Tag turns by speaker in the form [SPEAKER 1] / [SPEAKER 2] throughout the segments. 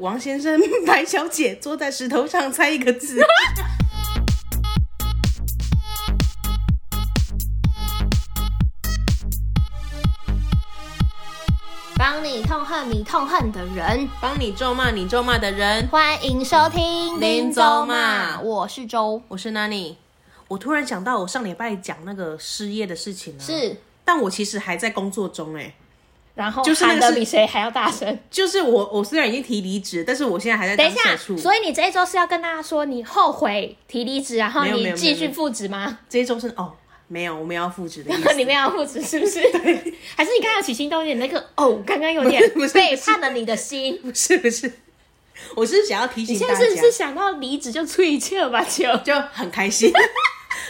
[SPEAKER 1] 王先生、 白小姐坐在石头上猜一个字。
[SPEAKER 2] 帮你痛恨你痛恨的人。
[SPEAKER 1] 帮你咒骂你咒骂的人，
[SPEAKER 2] 欢迎收听
[SPEAKER 1] 林州骂
[SPEAKER 2] 我是周，
[SPEAKER 1] 我是 Nani。我突然想到，我上礼拜讲那个失业的事情啊，，
[SPEAKER 2] 是，
[SPEAKER 1] 但我其实还在工作中、欸，
[SPEAKER 2] 然后
[SPEAKER 1] 就是那
[SPEAKER 2] 喊
[SPEAKER 1] 个
[SPEAKER 2] 的
[SPEAKER 1] 是
[SPEAKER 2] 比谁还要大声。
[SPEAKER 1] 就是我我虽然已经提离职，但是我现在还在
[SPEAKER 2] 等
[SPEAKER 1] 当
[SPEAKER 2] 一
[SPEAKER 1] 社
[SPEAKER 2] 下，
[SPEAKER 1] 畜。
[SPEAKER 2] 所以你这一周是要跟大家说你后悔提离职，然后
[SPEAKER 1] 没有没
[SPEAKER 2] 你
[SPEAKER 1] 有
[SPEAKER 2] 继
[SPEAKER 1] 没有
[SPEAKER 2] 续复职吗？
[SPEAKER 1] 这一周是哦，没有，我们要复职的意
[SPEAKER 2] 然
[SPEAKER 1] 思
[SPEAKER 2] 后你们要复职是 不是？还是你刚刚有起心动念那个哦，刚刚有点
[SPEAKER 1] 不是不是
[SPEAKER 2] 背叛了 你的心。
[SPEAKER 1] 不是不是，我是想要提
[SPEAKER 2] 你
[SPEAKER 1] 醒
[SPEAKER 2] 现
[SPEAKER 1] 大家，
[SPEAKER 2] 在是不是想到离职就退却吧？就
[SPEAKER 1] 就很开心。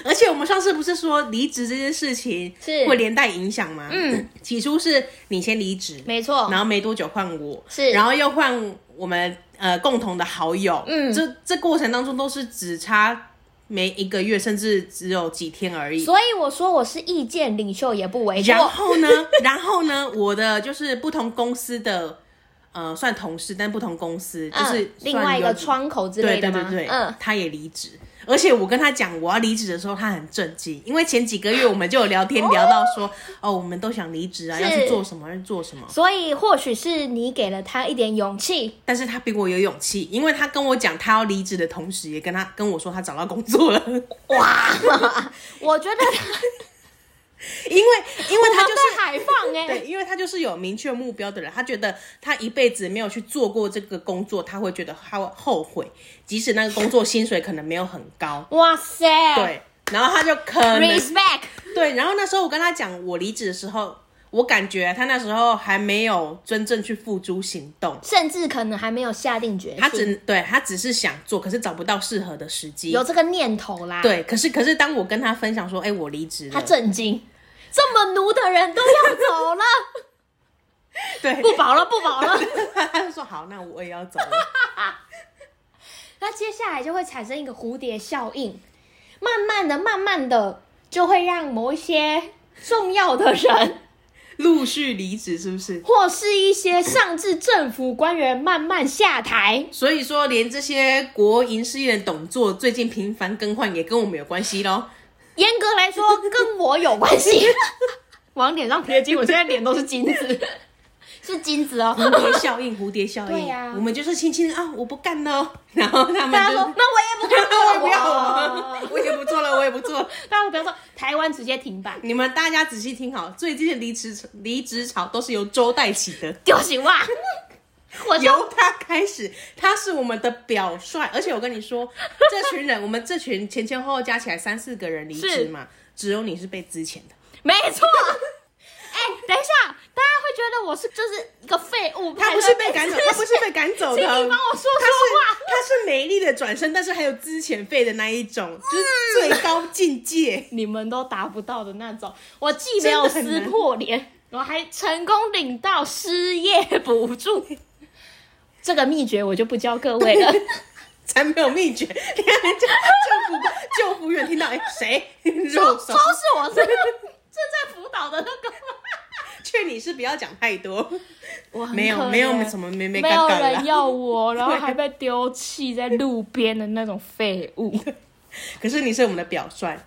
[SPEAKER 1] 而且我们上次不是说离职这件事情
[SPEAKER 2] 是
[SPEAKER 1] 会连带影响吗？
[SPEAKER 2] 嗯，
[SPEAKER 1] 起初是你先离职，
[SPEAKER 2] 没错
[SPEAKER 1] 然，后没多久换我，
[SPEAKER 2] 哦是
[SPEAKER 1] 然后又换我们呃共同的好友，
[SPEAKER 2] 嗯
[SPEAKER 1] 这这过程当中都是只差没一个月，甚至只有几天而已。
[SPEAKER 2] 所以我说我是意见领袖也不为
[SPEAKER 1] 然
[SPEAKER 2] 过。
[SPEAKER 1] 后呢， 然后呢，我的就是不同公司的呃算同事，但不同公司、就是
[SPEAKER 2] 嗯，另外一
[SPEAKER 1] 算
[SPEAKER 2] 个
[SPEAKER 1] 有
[SPEAKER 2] 窗口之
[SPEAKER 1] 对
[SPEAKER 2] 类
[SPEAKER 1] 对
[SPEAKER 2] 的
[SPEAKER 1] 对
[SPEAKER 2] 吗？
[SPEAKER 1] 对，
[SPEAKER 2] 嗯，
[SPEAKER 1] 他也离职。而且我跟他讲我要离职的时候，他很震惊，因为前几个月我们就有聊天聊到说，哦，我们都想离职啊，
[SPEAKER 2] 是
[SPEAKER 1] 要去做什么，要去做什么。
[SPEAKER 2] 所以或许是你给了他一点勇气，
[SPEAKER 1] 但是他比我有勇气，因为他跟我讲他要离职的同时，也跟他跟我说他找到工作了， 因为
[SPEAKER 2] 我觉得
[SPEAKER 1] 因为他就是
[SPEAKER 2] 是海放哎、
[SPEAKER 1] 对，因为他就是有明确目标的人，他觉得他一辈子没有去做过这个工作，他会觉得他会后悔，即使那个工作薪水可能没有很 高，
[SPEAKER 2] 哇塞，
[SPEAKER 1] 对，然后他就可能
[SPEAKER 2] ，respect，
[SPEAKER 1] 对，然后那时候我跟他讲我离职的时候，我感觉他那时候还没有真正去付诸行动，
[SPEAKER 2] 甚至可能还没有下定决心，
[SPEAKER 1] 他只对他只是想做，可是找不到适合的时机
[SPEAKER 2] 有。这个念头啦，，
[SPEAKER 1] 对，可是可是当我跟他分享说，哎、我离职
[SPEAKER 2] 他
[SPEAKER 1] 了，
[SPEAKER 2] 震惊，这么奴的人都要走了，
[SPEAKER 1] 对，
[SPEAKER 2] 不保了，不保 了。
[SPEAKER 1] 他就说好，那我也要走了。
[SPEAKER 2] 那接下来就会产生一个蝴蝶效应，慢慢的、慢慢的，就会让某一些重要的人，
[SPEAKER 1] 陆续离职是不是？
[SPEAKER 2] 或是一些上至政府官员慢慢下台。
[SPEAKER 1] 所以说，连这些国营事业的董座最近频繁更换，也跟我们有关系喽。
[SPEAKER 2] 严格来说，跟我有关系。 往脸上贴金，我现在脸都是金子， 是金子哦。
[SPEAKER 1] 蝴蝶效应，蝴蝶效应，
[SPEAKER 2] 对呀
[SPEAKER 1] 我们就是轻轻地啊，我不干喽，然后他
[SPEAKER 2] 大
[SPEAKER 1] 们
[SPEAKER 2] 家
[SPEAKER 1] 就啊
[SPEAKER 2] 说，哦那我也不干
[SPEAKER 1] 我也
[SPEAKER 2] 了，
[SPEAKER 1] 不要了，我也不做了，我也不做了。
[SPEAKER 2] 大家不要说，台湾直接停摆，
[SPEAKER 1] 你们大家仔细听好，最近的离职潮离职潮都是由周带起的，
[SPEAKER 2] 丢行哇！我就
[SPEAKER 1] 由他开始，他是我们的表率。而且我跟你 说，这群人，我们这群前前后后加起来三四个人离职
[SPEAKER 2] 是 Oh
[SPEAKER 1] 嘛，只有你是被资遣的。
[SPEAKER 2] 没错。哎、等一下，大家会觉得我是就是一个废物，
[SPEAKER 1] 他不是被赶 走，他不是被赶走的。
[SPEAKER 2] 请你帮我说
[SPEAKER 1] 他
[SPEAKER 2] 说
[SPEAKER 1] 是
[SPEAKER 2] 话。
[SPEAKER 1] 他是美丽的转身，但是还有资遣费的那一种，就是最高境界。
[SPEAKER 2] 你们都达不到的那种，我既没有
[SPEAKER 1] 真的
[SPEAKER 2] 撕
[SPEAKER 1] 很难
[SPEAKER 2] 破脸，我还成功领到失业补助。 这个秘诀我就不教各 位了。
[SPEAKER 1] 才没有秘诀， 你看人家救服救服员听到，哎、谁
[SPEAKER 2] 都
[SPEAKER 1] 入
[SPEAKER 2] 都
[SPEAKER 1] 手？
[SPEAKER 2] 是我这个正在辅导的那个吗，
[SPEAKER 1] 劝你是不要讲太多，
[SPEAKER 2] 我很
[SPEAKER 1] 没有
[SPEAKER 2] 可怜
[SPEAKER 1] 没有什么没没
[SPEAKER 2] 没有
[SPEAKER 1] 尴尬
[SPEAKER 2] 人
[SPEAKER 1] 啦。
[SPEAKER 2] 要我，然后还被丢弃在路边的那种废 物。
[SPEAKER 1] 可是你是我们的表率，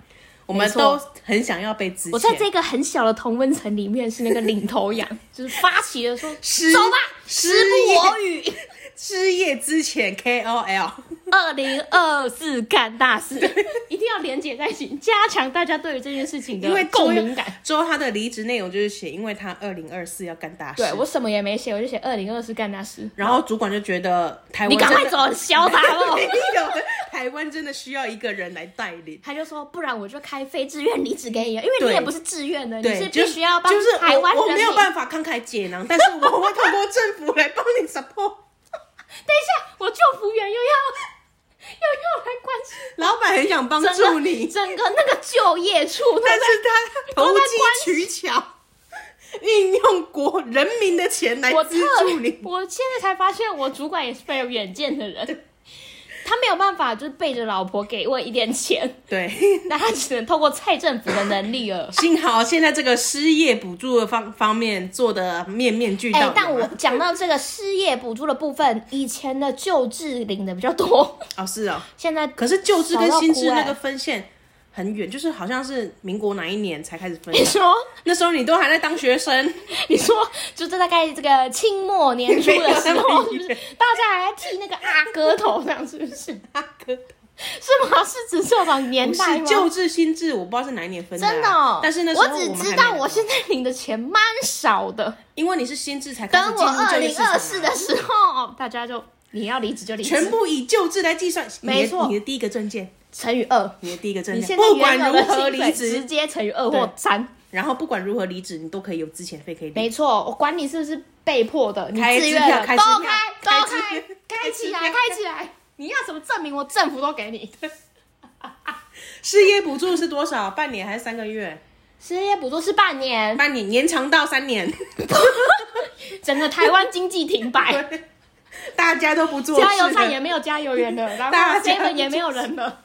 [SPEAKER 1] 我们
[SPEAKER 2] 没错
[SPEAKER 1] 都很想要被资遣。
[SPEAKER 2] 我在这个很小的同温层里面是那个领 头羊，就是发起的说：“
[SPEAKER 1] 失
[SPEAKER 2] 走吧，
[SPEAKER 1] 失
[SPEAKER 2] 时不我与。
[SPEAKER 1] 失业之前 KOL，”
[SPEAKER 2] 二零二四干大事，一定要连结在一起，加强大家对于这件事情的
[SPEAKER 1] 因为
[SPEAKER 2] 共鸣感。
[SPEAKER 1] 之后他的离职内容就是写，因为他二零二四要干大事。
[SPEAKER 2] 对我什么也没写，我就写二零二四干大事。
[SPEAKER 1] 然后主管就觉得台湾
[SPEAKER 2] 你赶
[SPEAKER 1] 真
[SPEAKER 2] 快
[SPEAKER 1] 的
[SPEAKER 2] 走，潇洒哦
[SPEAKER 1] 没！ 有，台湾真的需要一个人来带领。
[SPEAKER 2] 他就说，不然我就开非志愿离职给你，因为
[SPEAKER 1] 对
[SPEAKER 2] 你也不是志愿的，你
[SPEAKER 1] 对，
[SPEAKER 2] 是
[SPEAKER 1] 就
[SPEAKER 2] 必须要帮
[SPEAKER 1] 就是我
[SPEAKER 2] 台湾人民。
[SPEAKER 1] 我没有办法慷慨解囊，但是我会通过政府来帮你 support。
[SPEAKER 2] 等一下，我救服员又要 又要来关心
[SPEAKER 1] 老板很想帮助你，
[SPEAKER 2] 整个那个就业处都
[SPEAKER 1] 但是
[SPEAKER 2] 在。
[SPEAKER 1] 他投机取巧，运用国人民的钱来
[SPEAKER 2] 我
[SPEAKER 1] 资
[SPEAKER 2] 特
[SPEAKER 1] 助
[SPEAKER 2] 别
[SPEAKER 1] 你，
[SPEAKER 2] 我现在才发现，我主管也是非有远见的人。他没有办法就是背着老婆给我一点钱，
[SPEAKER 1] 对，
[SPEAKER 2] 那他只能透过蔡政府的能 力了。
[SPEAKER 1] 幸好现在这个失业补助的方方面做的面面俱
[SPEAKER 2] 哎、
[SPEAKER 1] 到。
[SPEAKER 2] 但我讲到这个失业补助的部分，以前的旧制领的比较多，
[SPEAKER 1] 哦是哦，
[SPEAKER 2] 现在
[SPEAKER 1] 可是旧制跟新制
[SPEAKER 2] 少到哭
[SPEAKER 1] 那
[SPEAKER 2] 哎
[SPEAKER 1] 个分线很远，就是好像是民国哪一年才开始分
[SPEAKER 2] 你 说
[SPEAKER 1] 那时候你都还在当学生，
[SPEAKER 2] 你说，就这大概这个清末年初的时候，
[SPEAKER 1] 没有
[SPEAKER 2] 是不是大家还在剃那个阿哥头这样，是不是？
[SPEAKER 1] 大哥。
[SPEAKER 2] 是吗？是指这种年
[SPEAKER 1] 不
[SPEAKER 2] 代
[SPEAKER 1] 是
[SPEAKER 2] 吗？
[SPEAKER 1] 旧制新制，我不知道是哪一年分的啊、
[SPEAKER 2] 哎真的哦、
[SPEAKER 1] 但是那时
[SPEAKER 2] 我
[SPEAKER 1] 候
[SPEAKER 2] 只
[SPEAKER 1] 们
[SPEAKER 2] 知
[SPEAKER 1] 还
[SPEAKER 2] 道
[SPEAKER 1] 没
[SPEAKER 2] 我现在领的钱蛮少的。
[SPEAKER 1] 因为你是新制才开始
[SPEAKER 2] 等
[SPEAKER 1] 进
[SPEAKER 2] 我
[SPEAKER 1] 入
[SPEAKER 2] 二
[SPEAKER 1] 就业
[SPEAKER 2] 零
[SPEAKER 1] 市场
[SPEAKER 2] 二
[SPEAKER 1] 啊
[SPEAKER 2] 四的时候，大家就你要离职就离 职，
[SPEAKER 1] 全部以旧制来计算，你的
[SPEAKER 2] 没错
[SPEAKER 1] 你的第一个证件，
[SPEAKER 2] 乘以二。
[SPEAKER 1] 你的第一个证
[SPEAKER 2] 你
[SPEAKER 1] 件，
[SPEAKER 2] 现在
[SPEAKER 1] 不管
[SPEAKER 2] 原有的
[SPEAKER 1] 如何
[SPEAKER 2] 薪水
[SPEAKER 1] 离
[SPEAKER 2] 直
[SPEAKER 1] 职，
[SPEAKER 2] 接乘以二或
[SPEAKER 1] 对
[SPEAKER 2] 三。
[SPEAKER 1] 然后不管如何离职，你都可以有资遣费可以领。
[SPEAKER 2] 没错，我管你是不是被迫的，你
[SPEAKER 1] 开
[SPEAKER 2] 自
[SPEAKER 1] 支
[SPEAKER 2] 愿
[SPEAKER 1] 票
[SPEAKER 2] 的，
[SPEAKER 1] 开支
[SPEAKER 2] 都
[SPEAKER 1] 票
[SPEAKER 2] 开
[SPEAKER 1] 开
[SPEAKER 2] 都
[SPEAKER 1] 支
[SPEAKER 2] 开
[SPEAKER 1] 票，
[SPEAKER 2] 开
[SPEAKER 1] 开
[SPEAKER 2] 起
[SPEAKER 1] 支
[SPEAKER 2] 来，
[SPEAKER 1] 票
[SPEAKER 2] 开起来！你要什么证明，我政府都给你。
[SPEAKER 1] 失业补助是多少？半年还是三个月？
[SPEAKER 2] 失业补助是半年，
[SPEAKER 1] 半年延长到三年，
[SPEAKER 2] 整个台湾经济停 摆，
[SPEAKER 1] 对 大家都不做
[SPEAKER 2] 哎加油
[SPEAKER 1] 事
[SPEAKER 2] 站也
[SPEAKER 1] 了，
[SPEAKER 2] 没有加油员了，然后
[SPEAKER 1] 大家
[SPEAKER 2] seven 也没有人了，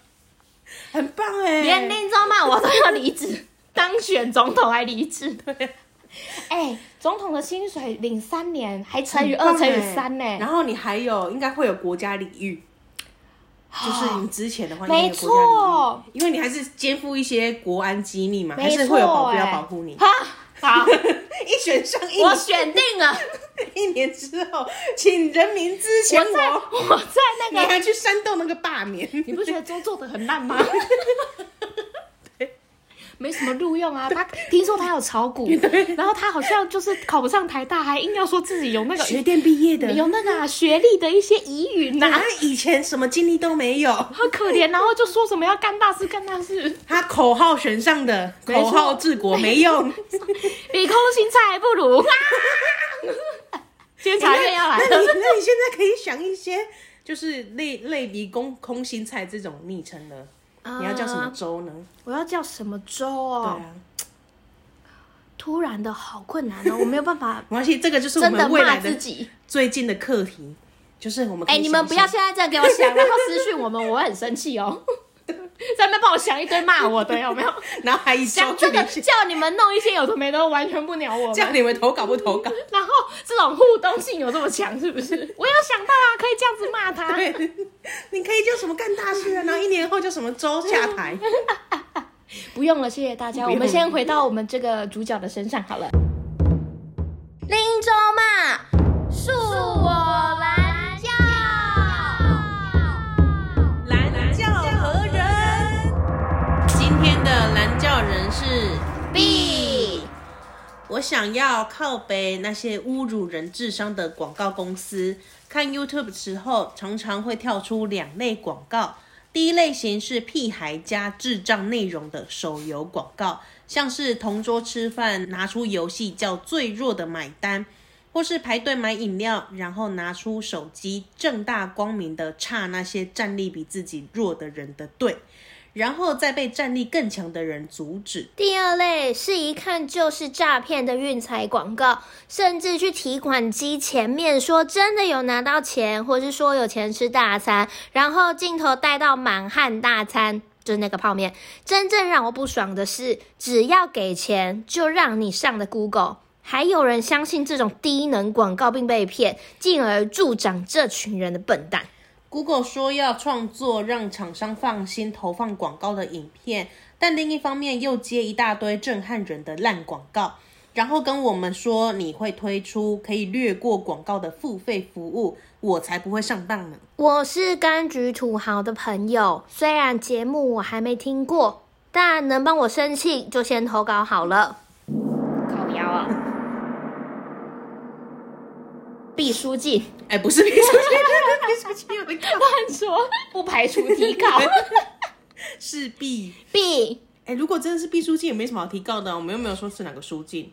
[SPEAKER 1] 很棒哎、
[SPEAKER 2] 连林周曼我都要离职，当选总统还离职。 哎、总统的薪水领三年，还乘以二
[SPEAKER 1] 很棒
[SPEAKER 2] 乘
[SPEAKER 1] 欸
[SPEAKER 2] 以三呢、
[SPEAKER 1] 然后你还有应该会有国家礼遇，就是你之前的话，
[SPEAKER 2] 没
[SPEAKER 1] 应该有国家
[SPEAKER 2] 错
[SPEAKER 1] 礼遇，因为你还是肩负一些国安机密嘛，还
[SPEAKER 2] 没
[SPEAKER 1] 是
[SPEAKER 2] 错、
[SPEAKER 1] 会
[SPEAKER 2] 欸，
[SPEAKER 1] 有保镖保护你。
[SPEAKER 2] 哈， 好，
[SPEAKER 1] 一选上一
[SPEAKER 2] 我
[SPEAKER 1] 年，
[SPEAKER 2] 选定了，
[SPEAKER 1] 一年之后，请人民支
[SPEAKER 2] 我
[SPEAKER 1] 持
[SPEAKER 2] 在
[SPEAKER 1] 我。
[SPEAKER 2] 我在
[SPEAKER 1] 你
[SPEAKER 2] 那个，
[SPEAKER 1] 还去煽动那个罢免？
[SPEAKER 2] 你不觉得周做的很烂吗？ 没什么录用啊，他听说他有炒股，然后他好像就是考不上台大，还硬要说自己有那个
[SPEAKER 1] 学电毕业的，
[SPEAKER 2] 有那个、啊、学历的一些疑 云啊呐、
[SPEAKER 1] 哪以前什么经历都没有，
[SPEAKER 2] 好可 怜，然后就说什么要干大事干大事，
[SPEAKER 1] 他口号选上的，
[SPEAKER 2] 没错
[SPEAKER 1] 口号治国没用。
[SPEAKER 2] 比空心菜还不 如。啊、监察院要来
[SPEAKER 1] 那你
[SPEAKER 2] 了，
[SPEAKER 1] 那你现在可以想一些，就是类类比空空心菜这种昵称呢？你要叫什么
[SPEAKER 2] 啊
[SPEAKER 1] 粥呢？
[SPEAKER 2] 我要叫什么粥
[SPEAKER 1] 对
[SPEAKER 2] 哦？
[SPEAKER 1] 啊，
[SPEAKER 2] 突然的好困难哦，我没有办法
[SPEAKER 1] 没关系，这个 就是我
[SPEAKER 2] 真的
[SPEAKER 1] 们未
[SPEAKER 2] 骂
[SPEAKER 1] 来
[SPEAKER 2] 自
[SPEAKER 1] 的
[SPEAKER 2] 己。
[SPEAKER 1] 最近的课题，就是我们可
[SPEAKER 2] 哎、
[SPEAKER 1] 以
[SPEAKER 2] 你们
[SPEAKER 1] 想一
[SPEAKER 2] 不要
[SPEAKER 1] 想
[SPEAKER 2] 现在这样给我想，然后私讯我们，我会很生气哦。在那边帮我想一堆骂我的，有 没有？
[SPEAKER 1] 然后还一周
[SPEAKER 2] 想
[SPEAKER 1] 去
[SPEAKER 2] 这个
[SPEAKER 1] 联系，
[SPEAKER 2] 叫你们弄一些有的没的，完全不鸟我
[SPEAKER 1] 这样
[SPEAKER 2] 们。
[SPEAKER 1] 你们投稿不投稿？
[SPEAKER 2] 然后这种互动性有这么强，是不是？我有想到啊，可以这样子骂他。
[SPEAKER 1] 对， 你可以叫什么干大事啊？然后一年后叫什么周下台？
[SPEAKER 2] 不用了，谢谢大家。
[SPEAKER 1] 不
[SPEAKER 2] 我
[SPEAKER 1] 用
[SPEAKER 2] 们先回到我们这个主角的身上好了。林州嘛，恕我蓝教。
[SPEAKER 1] 蓝教何人？今天的蓝教人是
[SPEAKER 2] B，
[SPEAKER 1] 我想要靠背那些侮辱人智商的广告公司。看 YouTube 的时候，常常会跳出两类广告。第一类型是屁孩加智障内容的手游广告，像是同桌吃饭拿出游戏叫“最弱的买单”，或是排队买饮料，然后拿出手机正大光明的插那些战力比自己弱的人的队，然后再被战力更强的人阻止。
[SPEAKER 2] 第二类是一看就是诈骗的运财广告，甚至去提款机前面说真的有拿到钱，或是说有钱吃大餐，然后镜头带到满汉大餐，就是那个泡面。真正让我不爽的是，只要给钱就让你上的 Google。还有人相信这种低能广告并被骗，进而助长这群人的笨蛋。
[SPEAKER 1] Google 说要创作让厂商放心投放广告的影片，但另一方面又接一大堆震撼人的烂广告，然后跟我们说你会推出可以略过广告的付费服务，我才不会上当呢。
[SPEAKER 2] 我是柑橘土豪的朋友，虽然节目我还没听过，但能帮我生气就先投稿好了。烤腰啊！ 毕书尽
[SPEAKER 1] 哎，不是，别生气，别生气，我的靠
[SPEAKER 2] 乱说，不排除提 告。
[SPEAKER 1] 是毕。
[SPEAKER 2] 毕
[SPEAKER 1] 哎，如果真的是毕书尽，也没什么好提告的啊、我们又没有说是哪个书尽，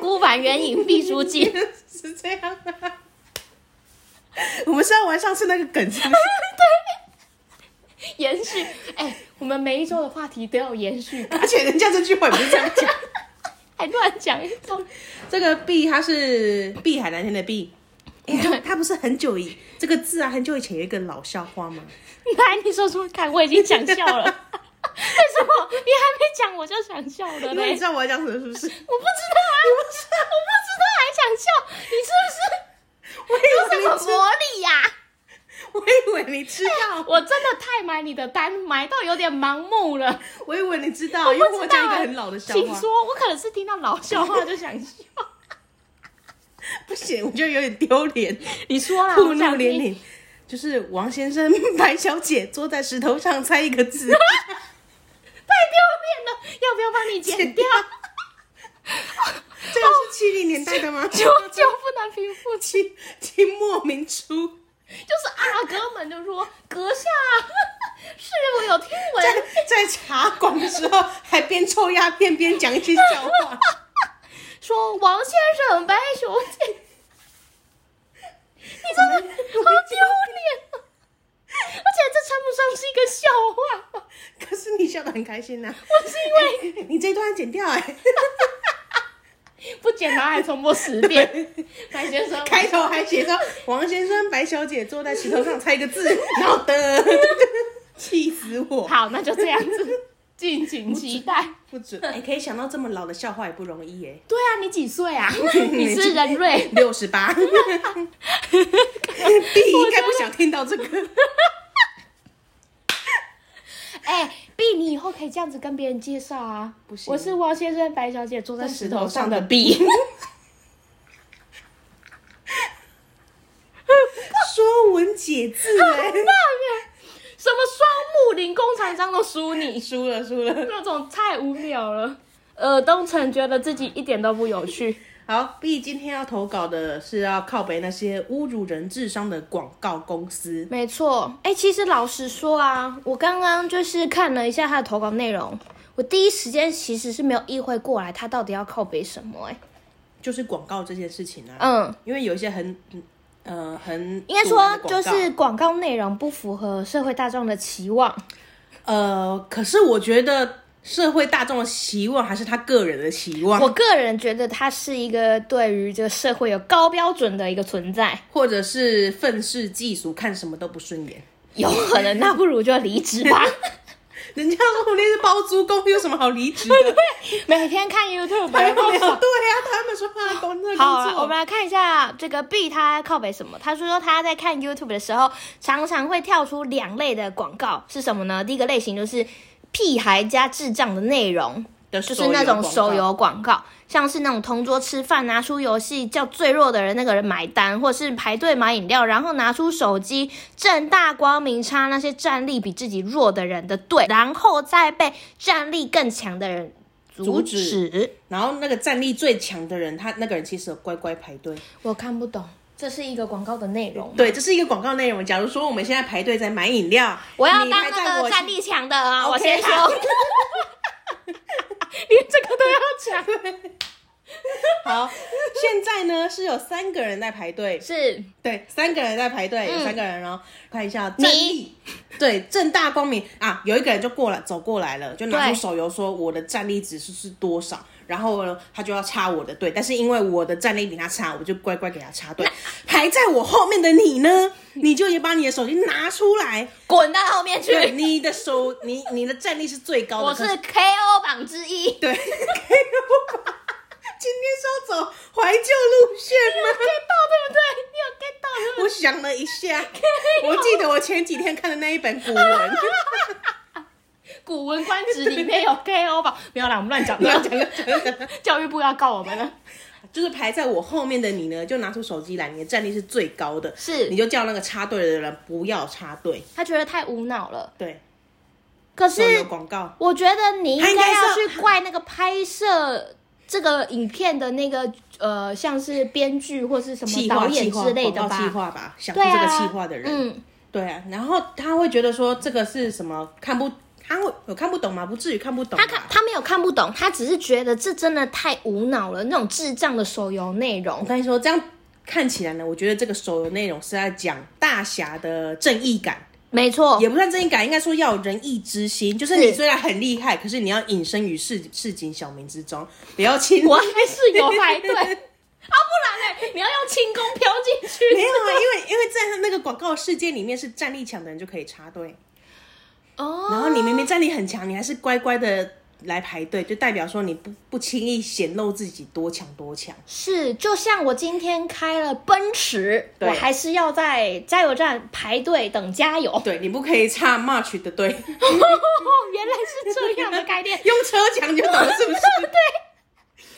[SPEAKER 2] 孤帆远影毕书尽，
[SPEAKER 1] 是这样的、我们是要玩上次那个梗，是不是？
[SPEAKER 2] 延续。哎、我们每一周的话题都要延续， 哎
[SPEAKER 1] 而且人家这句话也不是这样讲。
[SPEAKER 2] 还乱讲一通。
[SPEAKER 1] 这个碧它是碧海蓝天的碧，哎、他不是很久以这个字啊，很久以前有一个老笑话吗？
[SPEAKER 2] 来，你说说看，我已经想笑了。 为什么你还没讲我就想笑了
[SPEAKER 1] 因
[SPEAKER 2] 呢？我
[SPEAKER 1] 为
[SPEAKER 2] 不
[SPEAKER 1] 你
[SPEAKER 2] 知
[SPEAKER 1] 知道我要讲什么是不 是？
[SPEAKER 2] 道啊，我不知道还想笑，你是
[SPEAKER 1] 我以为
[SPEAKER 2] 不是有
[SPEAKER 1] 你
[SPEAKER 2] 什
[SPEAKER 1] 知
[SPEAKER 2] 么魔力呀、
[SPEAKER 1] 我以为你知道，
[SPEAKER 2] 我真的太买你的单，买到有点盲目了。
[SPEAKER 1] 我以为你知道，
[SPEAKER 2] 我
[SPEAKER 1] 因
[SPEAKER 2] 不
[SPEAKER 1] 为
[SPEAKER 2] 知道
[SPEAKER 1] 我讲
[SPEAKER 2] 啊
[SPEAKER 1] 一个很老的笑
[SPEAKER 2] 请
[SPEAKER 1] 话。
[SPEAKER 2] 说，我可能是听到老笑话就想笑。
[SPEAKER 1] 不行，我觉得有点丢 脸，
[SPEAKER 2] 你说啦，
[SPEAKER 1] 暴
[SPEAKER 2] 啊我
[SPEAKER 1] 怒
[SPEAKER 2] 想
[SPEAKER 1] 连
[SPEAKER 2] 听。
[SPEAKER 1] 连。就是王先生、白小姐坐在石头上猜一个字，
[SPEAKER 2] 太丢脸了，要不要帮你 剪掉？
[SPEAKER 1] 这个是七零年代的吗？
[SPEAKER 2] 久久不能平复，就
[SPEAKER 1] 清清末明初，
[SPEAKER 2] 是阿哥们就说阁下，是我有听
[SPEAKER 1] 在
[SPEAKER 2] 闻，
[SPEAKER 1] 在茶馆的时候还边抽鸦片边讲一些笑话，
[SPEAKER 2] 说王先生、白小姐，你真的好丢脸啊，而且这称不上是一个笑话，
[SPEAKER 1] 可是你笑得很开心呐、
[SPEAKER 2] 我是因为
[SPEAKER 1] 你这一段要剪掉哎、
[SPEAKER 2] 不剪然后还重播十遍，白先生
[SPEAKER 1] 开头还写说王先生、白小姐坐在石头上猜一个字，然后的，气死我！
[SPEAKER 2] 好，那就这样子，敬请期待。
[SPEAKER 1] 不准，哎、可以想到这么老的笑话也不容易哎、
[SPEAKER 2] 对啊，你几岁啊？ 你是人瑞。
[SPEAKER 1] 六十八，弟应该不想听到这个。
[SPEAKER 2] 哎、B，你以后可以这样子跟别人介绍啊。
[SPEAKER 1] 不行
[SPEAKER 2] 我是王先生、白小姐坐在石头上的 B。
[SPEAKER 1] 说文解字哎、
[SPEAKER 2] 什么双木林工厂章都输你，
[SPEAKER 1] 输了输了。
[SPEAKER 2] 那种太无聊了。呃，东城觉得自己一点都不有趣。
[SPEAKER 1] 好，B 今天要投稿的是要靠北那些侮辱人智商的广告公司。
[SPEAKER 2] 没错，哎、其实老实说啊，我刚刚就是看了一下他的投稿内容，我第一时间其实是没有意会过来他到底要靠背什么、哎，
[SPEAKER 1] 就是广告这件事情啊，
[SPEAKER 2] 嗯，
[SPEAKER 1] 因为有一些很，嗯呃，很
[SPEAKER 2] 应该
[SPEAKER 1] 阻拦
[SPEAKER 2] 说
[SPEAKER 1] 的广
[SPEAKER 2] 就
[SPEAKER 1] 告
[SPEAKER 2] 是广告内容不符合社会大众的期望。
[SPEAKER 1] 呃，可是我觉得社会大众的期望还是他个人的期望，
[SPEAKER 2] 我个人觉得他是一个对于这个社会有高标准的一个存在，
[SPEAKER 1] 或者是愤世嫉俗，看什么都不顺眼。
[SPEAKER 2] 有可能那不如就离职吧。
[SPEAKER 1] 人家说那是包租公，有什么好离职的？
[SPEAKER 2] 每天看 YouTube
[SPEAKER 1] 还有没
[SPEAKER 2] 多
[SPEAKER 1] 有？对
[SPEAKER 2] 爽。
[SPEAKER 1] 啊，他们说他的工作工
[SPEAKER 2] 好啊，我
[SPEAKER 1] 作
[SPEAKER 2] 们，来看一下这个 B 他靠北什么？他说说他在看 YouTube 的时候，常常会跳出两类的广告是什么呢？第一个类型就是屁孩加智障的内容，
[SPEAKER 1] 的
[SPEAKER 2] 就是那种手
[SPEAKER 1] 手游
[SPEAKER 2] 游广告，像是那种同桌吃饭拿出游戏叫最弱的人那个人买单，或是排队买饮料，然后拿出手机正大光明插那些战力比自己弱的人的队，然后再被战力更强的人阻
[SPEAKER 1] 阻止然后那个战力最强的人，他那个人其实有乖乖排队。
[SPEAKER 2] 我看不懂，这是一个广告的内容。
[SPEAKER 1] 对，这是一个广告内容。假如说我们现在排队在买饮料，
[SPEAKER 2] 我要
[SPEAKER 1] 你
[SPEAKER 2] 当
[SPEAKER 1] 还在
[SPEAKER 2] 那
[SPEAKER 1] 我
[SPEAKER 2] 个战力强的啊！
[SPEAKER 1] OK
[SPEAKER 2] 我先说，
[SPEAKER 1] 好
[SPEAKER 2] 连这个都要讲，
[SPEAKER 1] 好，现在呢是有三个人在排队，
[SPEAKER 2] 是
[SPEAKER 1] 对，三个人在排队，有三个人哦。看一下
[SPEAKER 2] 你
[SPEAKER 1] 正义，对，正大光明啊，有一个人就过来走过来了，就拿
[SPEAKER 2] 对
[SPEAKER 1] 出手游说我的战力指数是多少，然后呢他就要插我的队，但是因为我的战力比他差，我就乖乖给他插队。排在我后面的你呢，你就也把你的手机拿出来，
[SPEAKER 2] 滚到后面
[SPEAKER 1] 对，
[SPEAKER 2] 去。
[SPEAKER 1] 你的手，你你的战力是最高的，
[SPEAKER 2] 我
[SPEAKER 1] 可
[SPEAKER 2] 是 KO 榜之一。
[SPEAKER 1] 对， 可以吧？今天是要走怀旧路线吗？
[SPEAKER 2] get 到对 不对？你有 get 到对不对？
[SPEAKER 1] 我想了一下，我记得我前几天看的那一本古文，
[SPEAKER 2] 古文观止里面有 KO 吧？没有啦，我们乱讲
[SPEAKER 1] 乱
[SPEAKER 2] 的。
[SPEAKER 1] 讲 的，
[SPEAKER 2] 教育部要告我们了。
[SPEAKER 1] 就是排在我后面的你呢，就拿出手机来，你的战力是最高的，你
[SPEAKER 2] 是
[SPEAKER 1] 就叫那个插队的人不要插队。
[SPEAKER 2] 他觉得太无脑了，
[SPEAKER 1] 对，
[SPEAKER 2] 可
[SPEAKER 1] 手游
[SPEAKER 2] 是
[SPEAKER 1] 广告，
[SPEAKER 2] 我觉得你应
[SPEAKER 1] 他应该
[SPEAKER 2] 该
[SPEAKER 1] 是
[SPEAKER 2] 要去怪那个拍摄这个影片的那个呃，像是编剧或是什么
[SPEAKER 1] 气
[SPEAKER 2] 导
[SPEAKER 1] 化
[SPEAKER 2] 演
[SPEAKER 1] 气化
[SPEAKER 2] 之类的
[SPEAKER 1] 广告气
[SPEAKER 2] 吧？
[SPEAKER 1] 化吧，想出
[SPEAKER 2] 对
[SPEAKER 1] 这个
[SPEAKER 2] 啊，
[SPEAKER 1] 气化的人，
[SPEAKER 2] 嗯，
[SPEAKER 1] 对啊，然后他会觉得说这个是什么看不，他会有看不懂吗？不至于看不懂吧，
[SPEAKER 2] 他看他没有看不懂，他只是觉得这真的太无脑了，那种智障的手游内
[SPEAKER 1] 我
[SPEAKER 2] 容。
[SPEAKER 1] 跟你说，这样看起来呢，我觉得这个手游内容是在讲大侠的正义感，
[SPEAKER 2] 没错，
[SPEAKER 1] 也不算正义感，应该说要有仁义之心。就是你虽然很厉害， 可是你要隐身于市市井小民之中，不要轻
[SPEAKER 2] 我还是有排队。哦不然呢、你要用轻功飘进去。
[SPEAKER 1] 没有啊，因为因为在那个广告世界里面，是战力强的人就可以插队，
[SPEAKER 2] 哦，
[SPEAKER 1] 然后你明明战力很强，你还是乖乖的来排队，就代表说你不不轻易显露自己多强多强。
[SPEAKER 2] 是，就像我今天开了奔驰，我
[SPEAKER 1] 对
[SPEAKER 2] 还是要在加油站排队等加油。 哦，
[SPEAKER 1] 对你不可以插 March 的队，。
[SPEAKER 2] 原来是这样的概念
[SPEAKER 1] 用车讲就懂了，是不是？对。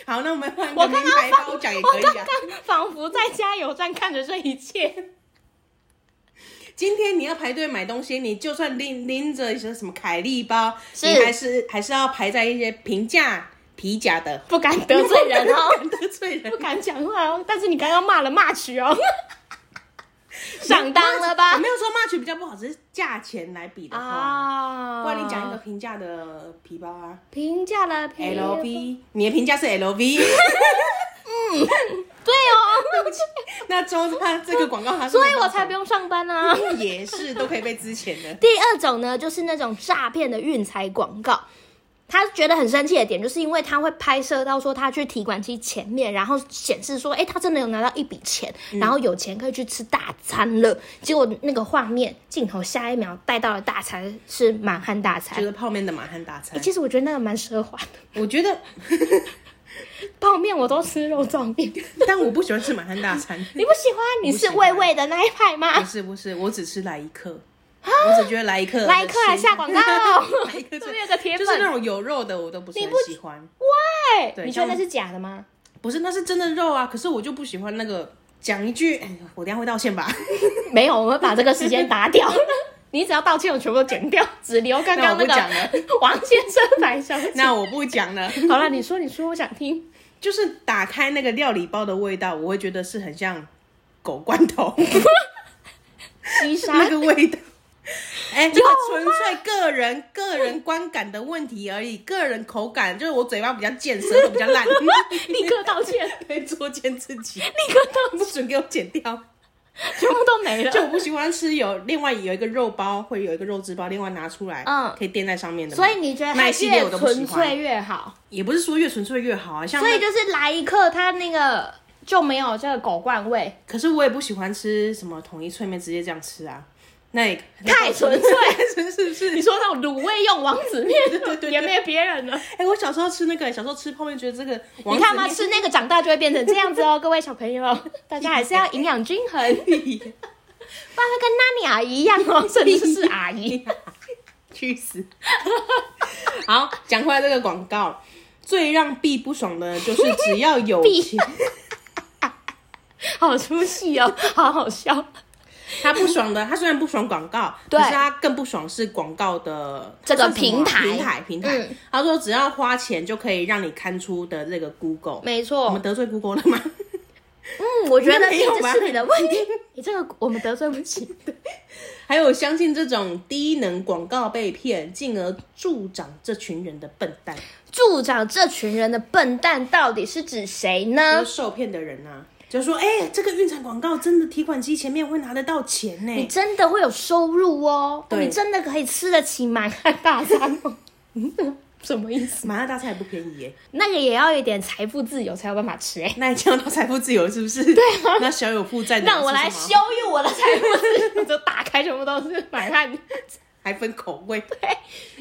[SPEAKER 1] 好，那我们换一个
[SPEAKER 2] 我刚
[SPEAKER 1] 名
[SPEAKER 2] 刚
[SPEAKER 1] 牌包奖也可
[SPEAKER 2] 我刚
[SPEAKER 1] 以
[SPEAKER 2] 刚
[SPEAKER 1] 啊。
[SPEAKER 2] 仿佛在加油站看着这一切。
[SPEAKER 1] 今天你要排队买东西，你就算拎拎着一些什么凯利包，
[SPEAKER 2] 是
[SPEAKER 1] 你还是还是要排在一些平价皮夹的，
[SPEAKER 2] 不敢得罪人哦，
[SPEAKER 1] 得罪人
[SPEAKER 2] 不。敢讲话哦。但是你刚刚骂了骂曲 哦，上当了吧
[SPEAKER 1] 我？没有说 March 比较不好，只是价钱来比的话，
[SPEAKER 2] 啊，
[SPEAKER 1] 不然你讲一个平价的皮包啊
[SPEAKER 2] 平价了皮
[SPEAKER 1] ，LV，你的评价是 LV，
[SPEAKER 2] 对哦，
[SPEAKER 1] 那周他这个广告他是
[SPEAKER 2] 所
[SPEAKER 1] 没
[SPEAKER 2] 以
[SPEAKER 1] 办法，
[SPEAKER 2] 我才不用上班啊。
[SPEAKER 1] 也是都可以被支钱的。
[SPEAKER 2] 第二种呢，就是那种诈骗的运财广告。他觉得很生气的点，就是因为他会拍摄到说他去提款机前面，然后显示说，哎、他真的有拿到一笔钱，然后有钱可以去吃大餐了。结果那个画面镜头下一秒带到了大餐是满汉大餐、
[SPEAKER 1] 就是泡面的马汉大餐
[SPEAKER 2] 诶，其实我觉得那个蛮奢华的，
[SPEAKER 1] 我觉得，
[SPEAKER 2] 泡面我都吃肉燥 面，你
[SPEAKER 1] 但我不喜欢吃马汉大餐。
[SPEAKER 2] 不喜欢？你是味味的那一派
[SPEAKER 1] 不
[SPEAKER 2] 吗？
[SPEAKER 1] 是不是，我只吃来一克，我只觉得来一 克，
[SPEAKER 2] 啊来客来下广告
[SPEAKER 1] 来一克
[SPEAKER 2] 这边有个铁
[SPEAKER 1] 就
[SPEAKER 2] 粉
[SPEAKER 1] 是那种有肉的我都不是很喜欢，
[SPEAKER 2] 喂，
[SPEAKER 1] 对
[SPEAKER 2] 你觉得那
[SPEAKER 1] 像
[SPEAKER 2] 是假的吗？
[SPEAKER 1] 不是那是真的肉啊，可是我就不喜欢那个。讲一句，哎我等一下会道歉吧。
[SPEAKER 2] 没有，我们把这个时间打 掉。你只要道歉，我全部剪掉，只留刚刚 那
[SPEAKER 1] 那我不
[SPEAKER 2] 个王先生白 小姐。
[SPEAKER 1] 那我不讲了，
[SPEAKER 2] 好了，你说，你说，我想听。
[SPEAKER 1] 就是打开那个料理包的味道，我会觉得是很像狗罐头
[SPEAKER 2] 西沙
[SPEAKER 1] 那个味道。哎、这个
[SPEAKER 2] 有吗
[SPEAKER 1] 纯粹个人个人观感的问题而已，个人口感就是我嘴巴比较贱，舌头比较烂，
[SPEAKER 2] 立刻道歉，
[SPEAKER 1] 可以作践自己，
[SPEAKER 2] 立刻道
[SPEAKER 1] 不准给我剪掉。
[SPEAKER 2] 歉，全部都 没了。
[SPEAKER 1] 就我不喜欢吃有另外有一个肉包，会有一个肉汁包，另外拿出来，
[SPEAKER 2] 嗯
[SPEAKER 1] 可以垫在上面的嘛。
[SPEAKER 2] 所以你 觉得它
[SPEAKER 1] 那一系列
[SPEAKER 2] 越
[SPEAKER 1] 我都不喜
[SPEAKER 2] 纯
[SPEAKER 1] 欢
[SPEAKER 2] 粹，越好？
[SPEAKER 1] 也不是说越纯粹越好啊。像
[SPEAKER 2] 所以
[SPEAKER 1] 那，
[SPEAKER 2] 就是来一刻，它那个就没有这个狗罐味，
[SPEAKER 1] 可是我也不喜欢吃什么统一脆面，直接这样吃啊，那也
[SPEAKER 2] 太纯粹。
[SPEAKER 1] 是 是不是？
[SPEAKER 2] 你说那种卤味用王子面，
[SPEAKER 1] 对对对对
[SPEAKER 2] 也没别人了。
[SPEAKER 1] 哎、我小时候吃那个，小时候吃泡面，觉得这个
[SPEAKER 2] 你
[SPEAKER 1] 王
[SPEAKER 2] 看嘛，
[SPEAKER 1] 子
[SPEAKER 2] 吃那个长大就会变成这样子 哦，各位小朋友，大家还是 要营养均衡，不然会跟 Nani 阿姨一样哦，甚至是阿 姨。
[SPEAKER 1] 去死！好，讲回来这个广告，最让 B 不爽的就是只要有
[SPEAKER 2] B
[SPEAKER 1] 钱，
[SPEAKER 2] 好出戏 哦，好好笑。
[SPEAKER 1] 他不爽的，他虽然不爽广告，
[SPEAKER 2] 对
[SPEAKER 1] 可是他更不爽是广告的
[SPEAKER 2] 这个
[SPEAKER 1] 叫什么啊
[SPEAKER 2] 平台
[SPEAKER 1] 平台平台。
[SPEAKER 2] 嗯
[SPEAKER 1] 他说只要花钱就可以让你看出的这个 Google，
[SPEAKER 2] 没
[SPEAKER 1] 我
[SPEAKER 2] 错
[SPEAKER 1] 们，得罪 Google 了吗？
[SPEAKER 2] 嗯，我觉得
[SPEAKER 1] 没有
[SPEAKER 2] 这
[SPEAKER 1] 吧
[SPEAKER 2] 是你的问题， 你这个我们得罪不起。
[SPEAKER 1] 还有相信这种低能广告被骗，进而助长这群人的笨蛋，
[SPEAKER 2] 助长这群人的笨蛋到底是指谁
[SPEAKER 1] 就
[SPEAKER 2] 呢
[SPEAKER 1] 是？受骗的人啊。就说，哎、这个运彩广告真的提款机前面会拿得到钱呢、
[SPEAKER 2] 你真的会有收入哦，
[SPEAKER 1] 哎对
[SPEAKER 2] 你真的可以吃得起满汉大餐 哦。什么意思？
[SPEAKER 1] 麻辣大餐也不便宜耶、
[SPEAKER 2] 那个也要有一点财富自由才有办法吃哎、
[SPEAKER 1] 那你这样到财富自由是不是？对啊。那小有负债的人
[SPEAKER 2] 让我
[SPEAKER 1] 是什么
[SPEAKER 2] 来羞，辱我的财富自由，就打开全部都是满 汉，
[SPEAKER 1] 还分口味。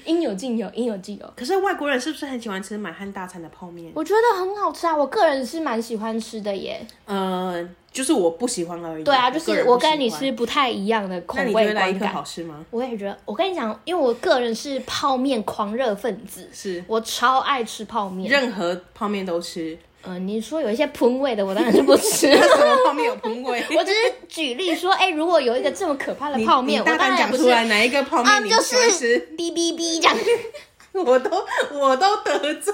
[SPEAKER 2] 应有尽有，应有尽有。
[SPEAKER 1] 可是外国人是不是很喜欢吃满汉大餐的泡面？
[SPEAKER 2] 我觉得很好吃啊，我个人是蛮喜欢吃的耶。
[SPEAKER 1] 呃，就是我不喜欢而已。
[SPEAKER 2] 对啊，就
[SPEAKER 1] 个
[SPEAKER 2] 是
[SPEAKER 1] 人
[SPEAKER 2] 我
[SPEAKER 1] 不喜欢
[SPEAKER 2] 跟你是，不太一样的口
[SPEAKER 1] 那你觉
[SPEAKER 2] 味
[SPEAKER 1] 得来一
[SPEAKER 2] 观
[SPEAKER 1] 颗好
[SPEAKER 2] 感。
[SPEAKER 1] 吃吗？
[SPEAKER 2] 我也觉得，我跟你讲，因为我个人是泡面狂热分子，
[SPEAKER 1] 是，
[SPEAKER 2] 我超爱吃泡面。
[SPEAKER 1] 任何泡面都 吃，
[SPEAKER 2] 嗯、你说有一些喷味的，我当然是不吃。
[SPEAKER 1] 什么泡面有喷味？
[SPEAKER 2] 我只是举例说，哎、如果有一个这么可怕的
[SPEAKER 1] 你
[SPEAKER 2] 泡面，
[SPEAKER 1] 你
[SPEAKER 2] 我
[SPEAKER 1] 大
[SPEAKER 2] 当
[SPEAKER 1] 胆
[SPEAKER 2] 然也
[SPEAKER 1] 讲
[SPEAKER 2] 不
[SPEAKER 1] 出
[SPEAKER 2] 是
[SPEAKER 1] 来哪一个泡
[SPEAKER 2] 啊，
[SPEAKER 1] 面你
[SPEAKER 2] 就
[SPEAKER 1] 不
[SPEAKER 2] 是
[SPEAKER 1] 喜欢吃？
[SPEAKER 2] 哔哔 哔这样。
[SPEAKER 1] 我都我都得罪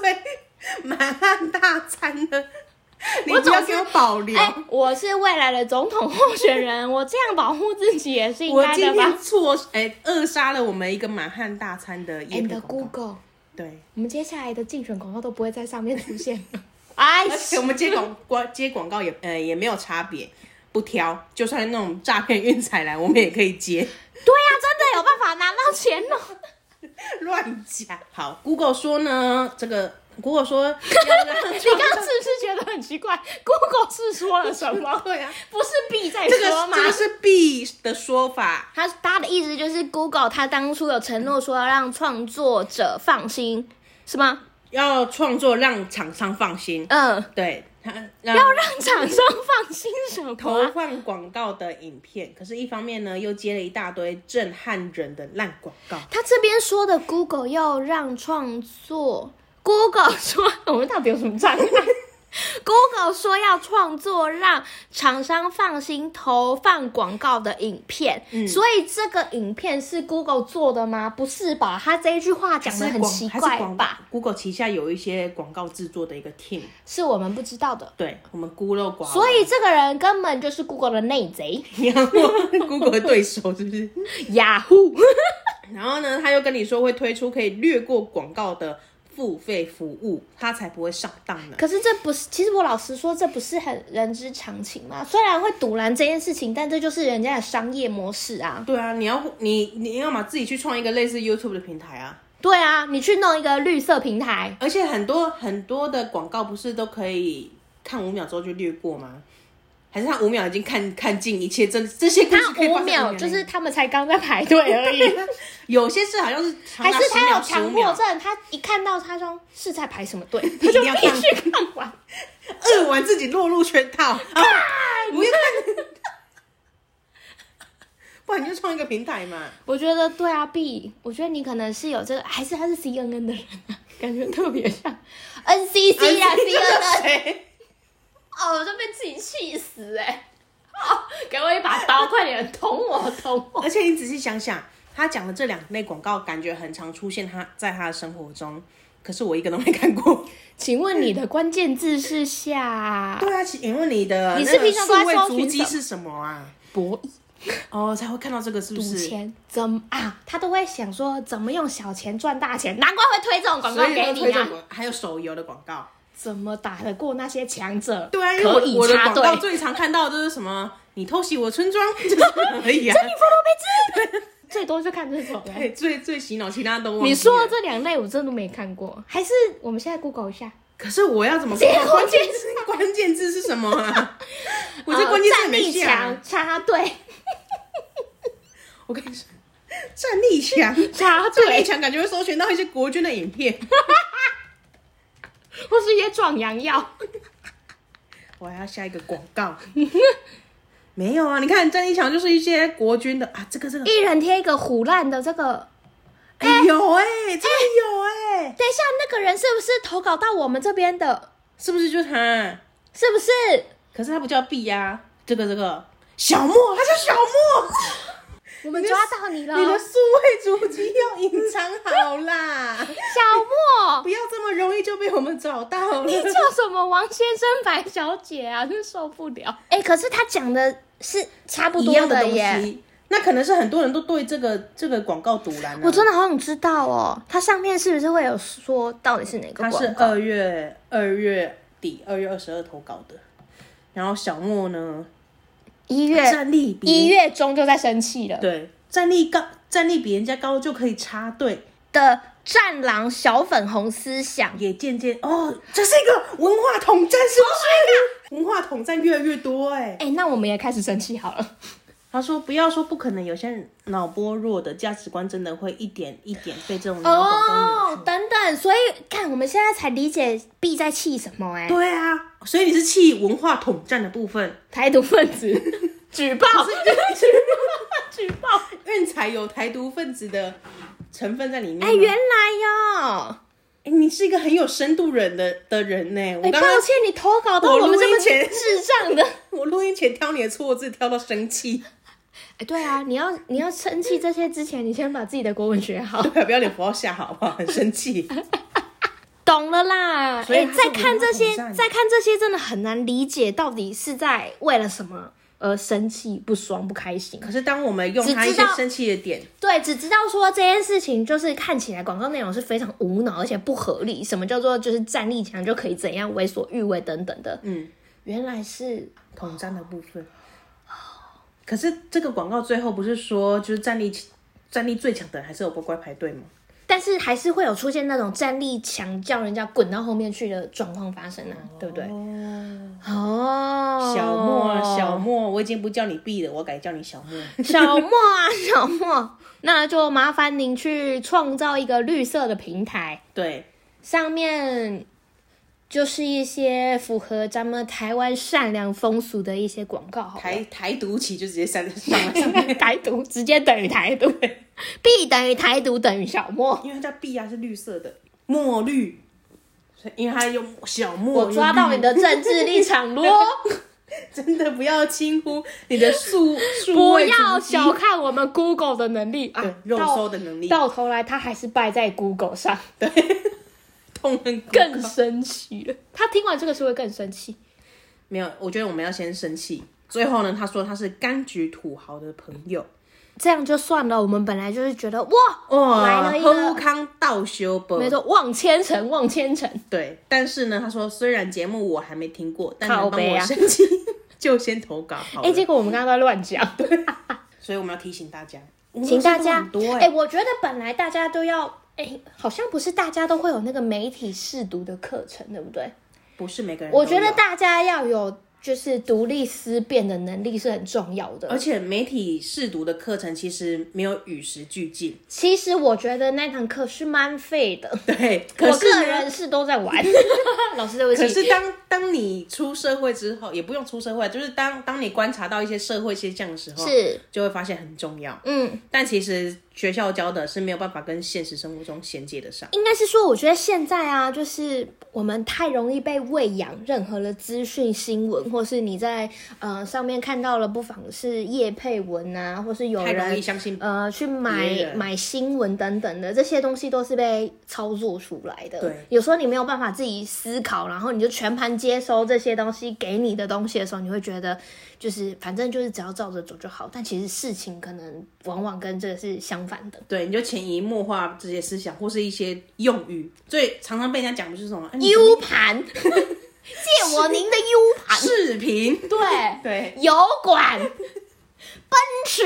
[SPEAKER 1] 满汉大餐了， 你不要给我保留
[SPEAKER 2] 哎、。我是未来的总统候选人，我这样保护自己也是应
[SPEAKER 1] 我
[SPEAKER 2] 该
[SPEAKER 1] 今
[SPEAKER 2] 的吧
[SPEAKER 1] 天错哎扼杀了我们一个满汉大餐的业配广告。
[SPEAKER 2] ？And Google，
[SPEAKER 1] 对，
[SPEAKER 2] 我们接下来的竞选广告都不会在上面出现 了。哎
[SPEAKER 1] 而，且我们接广广接广告也呃也没有差别，不挑，就算那种诈骗运彩来，我们也可以接。
[SPEAKER 2] 对呀、啊真的有办法拿到钱哦。
[SPEAKER 1] 乱讲。好，Google 说呢，这个如果 说要让
[SPEAKER 3] 你刚 刚是不是觉得很奇怪？Google 是说了什 么？
[SPEAKER 1] 对啊，
[SPEAKER 3] 不是 B 在
[SPEAKER 1] 这个
[SPEAKER 3] 说吗？
[SPEAKER 1] 这个是 B 的说法，
[SPEAKER 2] 他他的意思就是 Google 他当初有承诺说要让创作者放心，是吗？
[SPEAKER 1] 要创作让厂商放心，
[SPEAKER 2] 嗯，
[SPEAKER 1] 对他
[SPEAKER 2] 要
[SPEAKER 1] 让
[SPEAKER 2] 让厂商放心什么
[SPEAKER 1] 嗯投
[SPEAKER 2] 啊？
[SPEAKER 1] 放广告的影片，可是一方面呢又接了一大堆震撼人的烂广告。
[SPEAKER 2] 他这边说的 Google 要让创作，Google 说 我们到底有什么障碍 ？Google 说要创作让厂商放心投放广告的影片，所以这个影片是 Google 做的吗？不是吧？他这一句话讲的很奇
[SPEAKER 1] 还
[SPEAKER 2] 怪
[SPEAKER 1] 是广
[SPEAKER 2] 吧？
[SPEAKER 1] ？Google 旗下有一些广告制作的一个 team，
[SPEAKER 2] 是我们不知道的。
[SPEAKER 1] 对我们孤陋寡闻，
[SPEAKER 2] 所以这个人根本就是 Google 的内贼，
[SPEAKER 1] 你要问 Google 的对手是不是？
[SPEAKER 2] 雅虎。
[SPEAKER 1] 然后呢，他又跟你说会推出可以略过广告的付费服务，他才不会上当呢。
[SPEAKER 2] 可是这不是，其实我老实说，这不是很人之常情嘛。虽然会堵拦这件事情，但这就是人家的商业模式啊。
[SPEAKER 1] 对啊，你要你你要嘛自己去创一个类似 YouTube 的平台啊，
[SPEAKER 2] 对啊，你去弄一个绿色平台，
[SPEAKER 1] 而且很多很多的广告不是都可以看五秒之后就略过吗？还是他五秒已经看看尽一切，这这些故
[SPEAKER 2] 他
[SPEAKER 1] 事可以
[SPEAKER 2] 五
[SPEAKER 1] 放在
[SPEAKER 2] 秒
[SPEAKER 1] 内
[SPEAKER 2] 就是他们才刚在排队而已，
[SPEAKER 1] 有些事 好像是
[SPEAKER 2] 还
[SPEAKER 1] 还
[SPEAKER 2] 是他有强
[SPEAKER 1] 强
[SPEAKER 2] 迫症，他一看到他说是在排什么 队，
[SPEAKER 1] 一
[SPEAKER 2] 他就
[SPEAKER 1] 定要
[SPEAKER 2] 必
[SPEAKER 1] 看
[SPEAKER 2] 须看完。
[SPEAKER 1] 饿完自己落入圈 套啊！不要看， 不然你就创一个平台 嘛。
[SPEAKER 2] 我觉得对啊，B，我觉得你可能是有这个，还是他是 CNN 的人、啊，感觉特别 像 NCC 啊，CNN。
[SPEAKER 1] 谁？
[SPEAKER 2] 哦，我就被自己气死哎、哦，给我一把刀，快点捅我，捅我！
[SPEAKER 1] 而且你仔细想想，他讲的这两类广告，感觉很常出现他在他的生活中，可是我一个都没看 过。
[SPEAKER 2] 请问你的关键字是下
[SPEAKER 1] 对啊，请问你的
[SPEAKER 2] 你
[SPEAKER 1] 那
[SPEAKER 2] 是
[SPEAKER 1] 个
[SPEAKER 2] 平常
[SPEAKER 1] 数
[SPEAKER 2] 都在
[SPEAKER 1] 位
[SPEAKER 2] 搜
[SPEAKER 1] 足
[SPEAKER 2] 寻
[SPEAKER 1] 迹
[SPEAKER 2] 什
[SPEAKER 1] 是什么啊？
[SPEAKER 2] 博弈、
[SPEAKER 1] 哦，才会看到这个是不
[SPEAKER 2] 赌
[SPEAKER 1] 是？
[SPEAKER 2] 钱怎么啊？他都会想说怎么用小钱赚大钱，难怪会推这种广告
[SPEAKER 1] 所以
[SPEAKER 2] 给
[SPEAKER 1] 都
[SPEAKER 2] 你
[SPEAKER 1] 推
[SPEAKER 2] 啊
[SPEAKER 1] 荐！我，还有手游的广告。
[SPEAKER 2] 怎么打得过那些强者？
[SPEAKER 1] 对啊，因为
[SPEAKER 2] 可以
[SPEAKER 1] 我我的
[SPEAKER 2] 插
[SPEAKER 1] 广
[SPEAKER 2] 队。
[SPEAKER 1] 告最常看到的就是什么，你偷袭我村庄， 就是而已啊。
[SPEAKER 2] 最多就看这 种、欸。
[SPEAKER 1] 对，最最洗脑，其他都忘记了
[SPEAKER 2] 你说的这两类我真的没看过，还是我们现在 Google 一下。
[SPEAKER 1] 可是我要怎么？
[SPEAKER 2] 结果
[SPEAKER 1] 关键
[SPEAKER 2] 就
[SPEAKER 1] 字关键字是什 么啊？ 我这关键字
[SPEAKER 2] 呃战
[SPEAKER 1] 也没
[SPEAKER 2] 力
[SPEAKER 1] 下啊
[SPEAKER 2] 强。插队，哦
[SPEAKER 1] 我跟你说，战力 强，
[SPEAKER 2] 插
[SPEAKER 1] 战力
[SPEAKER 2] 队，
[SPEAKER 1] 强，感觉会搜寻到一些国军的影片。
[SPEAKER 2] 或是一些壮阳药。
[SPEAKER 1] 我还要下一个广告。 没有啊，你看战力强就是一些国军的啊，这个这个，
[SPEAKER 2] 一人贴一个虎烂的这个。
[SPEAKER 1] 哎有哎，这个有哎，
[SPEAKER 2] 等一下，那个人是不是投稿到我们这边的？
[SPEAKER 1] 是不是就是他？
[SPEAKER 2] 是不是？
[SPEAKER 1] 可是他不叫 B 呀，这个这个小莫，他叫小莫。
[SPEAKER 2] 我们抓到你了，
[SPEAKER 1] 你的数位主机要隐藏好啦，
[SPEAKER 2] 小莫
[SPEAKER 1] 不，要这么容易就被我们找到了
[SPEAKER 2] 哦你。叫什么王先生、白小姐啊？真受不了。 哎、可是他讲的是差不
[SPEAKER 1] 一
[SPEAKER 2] 多
[SPEAKER 1] 样的东
[SPEAKER 2] 耶。
[SPEAKER 1] 西，那可能是很多人都对这个这个广告堵拦、啊。
[SPEAKER 2] 我真的好想知道哦，它上面是不是会有说到底是呃哪个
[SPEAKER 1] 他是
[SPEAKER 2] 广告？
[SPEAKER 1] 二月二月底二月二十二投稿的，然后小莫呢，
[SPEAKER 2] 一月
[SPEAKER 1] 战力比
[SPEAKER 2] 一月中就在生气了
[SPEAKER 1] 对战力高，战力比人家高就可以插队，
[SPEAKER 2] 的战狼小粉红思想，
[SPEAKER 1] 也渐渐哦，这是一个文化统战，是
[SPEAKER 2] Oh
[SPEAKER 1] 不是？文化统战越来越多哎、
[SPEAKER 2] 哎、那我们也开始生气好了。
[SPEAKER 1] 他说：“不要说不可能，有些人脑波弱的价值观真的会一点一点被这种脑广告扭
[SPEAKER 2] 哦
[SPEAKER 1] 曲。，
[SPEAKER 2] 等等，所以看我们现在才理解 B 在气什么哎、
[SPEAKER 1] 对啊，所以你是气文化统战的部 分。
[SPEAKER 2] 台独分 子举报，举报，
[SPEAKER 1] 运彩有台独分子的成分在里面吗。
[SPEAKER 2] 哎、原来哟、
[SPEAKER 1] 哎你是一个很有深度人的的人呢、
[SPEAKER 2] 哎、
[SPEAKER 1] 我刚刚、
[SPEAKER 2] 抱歉，你投稿到
[SPEAKER 1] 我
[SPEAKER 2] 我们这
[SPEAKER 1] 录
[SPEAKER 2] 么
[SPEAKER 1] 音前
[SPEAKER 2] 智障的。
[SPEAKER 1] 我录音前挑你的错字挑到生气，
[SPEAKER 2] 哎，对啊，你要你要生气这些之前，你先把自己的国文学好。
[SPEAKER 1] 对啊，不要脸不要下好不好？很生 气。
[SPEAKER 2] 懂了啦，
[SPEAKER 1] 所以
[SPEAKER 2] 哎、
[SPEAKER 1] 他是
[SPEAKER 2] 再看这些，
[SPEAKER 1] 文化统战
[SPEAKER 2] 再看这些，真的很难理解到底是在为了什么而生气、不爽、不开心。
[SPEAKER 1] 可是当我们用
[SPEAKER 2] 只
[SPEAKER 1] 他一
[SPEAKER 2] 知
[SPEAKER 1] 些
[SPEAKER 2] 道
[SPEAKER 1] 生气的点，
[SPEAKER 2] 对，只知道说这件事情就是看起来广告内容是非常无脑而且不合理。什么叫做就是战力强就可以怎样为所欲为等等的？
[SPEAKER 1] 嗯，
[SPEAKER 2] 原来是
[SPEAKER 1] 统战的部分。可是这个广告最后不是说，就是战力战力最强的人还是有乖乖排队吗？
[SPEAKER 2] 但是还是会有出现那种战力强叫人家滚到后面去的状况发生啊，对不对？
[SPEAKER 1] 哦，
[SPEAKER 2] 哦，
[SPEAKER 1] 小莫啊，小莫，我已经不叫你 B 了，我改叫你小 莫。
[SPEAKER 2] 小莫啊，小莫，那就麻烦您去创造一个绿色的平台，
[SPEAKER 1] 对，
[SPEAKER 2] 上面就是一些符合咱们台湾善良风俗的一些广告，好
[SPEAKER 1] 台
[SPEAKER 2] 了。
[SPEAKER 1] 台独起就直接删上来上面，
[SPEAKER 2] 台独直接等于台独，B 等于台独等于小莫。
[SPEAKER 1] 因为它叫 B 啊是绿色的，墨绿，所以因为它用小莫。
[SPEAKER 2] 我抓到你的政治立场 咯，
[SPEAKER 1] 真的不要轻忽你的数数
[SPEAKER 2] 不
[SPEAKER 1] 位
[SPEAKER 2] 要
[SPEAKER 1] 足迹
[SPEAKER 2] 小看我们 Google 的能力啊
[SPEAKER 1] 对，肉
[SPEAKER 2] 到
[SPEAKER 1] 搜的能力
[SPEAKER 2] 到头来他还是败在 Google 上，
[SPEAKER 1] 痛恨谷歌
[SPEAKER 2] 更生气了。 他听完这个是会更生气。
[SPEAKER 1] 没有。我觉得我们要先生气。最后呢，他说他是柑橘土豪的朋友，
[SPEAKER 2] 这样就算了。我们本来就是觉得哇，来
[SPEAKER 1] 哇，
[SPEAKER 2] 了一
[SPEAKER 1] 喝
[SPEAKER 2] 个，
[SPEAKER 1] 康道修伯，
[SPEAKER 2] 没错，望千层，望千层，
[SPEAKER 1] 对。但是呢，他说虽然节目我还没听过，但
[SPEAKER 2] 靠
[SPEAKER 1] 能帮
[SPEAKER 2] 北
[SPEAKER 1] 我
[SPEAKER 2] 啊
[SPEAKER 1] 生气 就先投稿好
[SPEAKER 2] 哎、
[SPEAKER 1] 了。
[SPEAKER 2] 结果我们刚刚都在 乱讲，
[SPEAKER 1] 所以我们要提醒大家，
[SPEAKER 2] 请大
[SPEAKER 1] 我
[SPEAKER 2] 家
[SPEAKER 1] 们，多
[SPEAKER 2] 哎、
[SPEAKER 1] 哎、
[SPEAKER 2] 我觉得本来大家都要，哎、好像不是大家都会有那个媒体试读的课程，对不对？
[SPEAKER 1] 不是每个人都有。
[SPEAKER 2] 我觉得大家要有就是独立思辨的能力是很重要的，
[SPEAKER 1] 而且媒体试读的课程其实没有与时俱 进，
[SPEAKER 2] 其实我觉得那堂课是蛮废的，
[SPEAKER 1] 对。可
[SPEAKER 2] 我
[SPEAKER 1] 是
[SPEAKER 2] 个
[SPEAKER 1] 呢
[SPEAKER 2] 人是都在 玩。老师，对不
[SPEAKER 1] 可
[SPEAKER 2] 起，
[SPEAKER 1] 是当当你出社会之后，也不用出社会，啊就是当当你观察到一些社会现象的时候，
[SPEAKER 2] 是
[SPEAKER 1] 就会发现很重要。
[SPEAKER 2] 嗯。
[SPEAKER 1] 但其实学校教的是没有办法跟现实生活中衔接得上。
[SPEAKER 2] 应该是说，我觉得现在啊，就是我们太容易被喂养任何的资讯、新闻，或是你在呃上面看到了，不妨是叶配文啊，或是有
[SPEAKER 1] 太容易
[SPEAKER 2] 人
[SPEAKER 1] 相信
[SPEAKER 2] 呃去
[SPEAKER 1] 别
[SPEAKER 2] 买
[SPEAKER 1] 人
[SPEAKER 2] 买新闻等等的，这些东西都是被操作出来的。
[SPEAKER 1] 对
[SPEAKER 2] 有时候你没有办法自己思考，然后你就全盘接收这些东西给你的东西的时候，你会觉得就是反正就是只要照着走就好，但其实事情可能往往跟这个是相反的。
[SPEAKER 1] 对，你就潜移默化这些思想或是一些用语，最常常被人家讲的就是什么、哎你
[SPEAKER 2] U 盘， 借我您的 U 盘，
[SPEAKER 1] 视频。
[SPEAKER 2] 对，
[SPEAKER 1] 对
[SPEAKER 2] 油管，奔驰，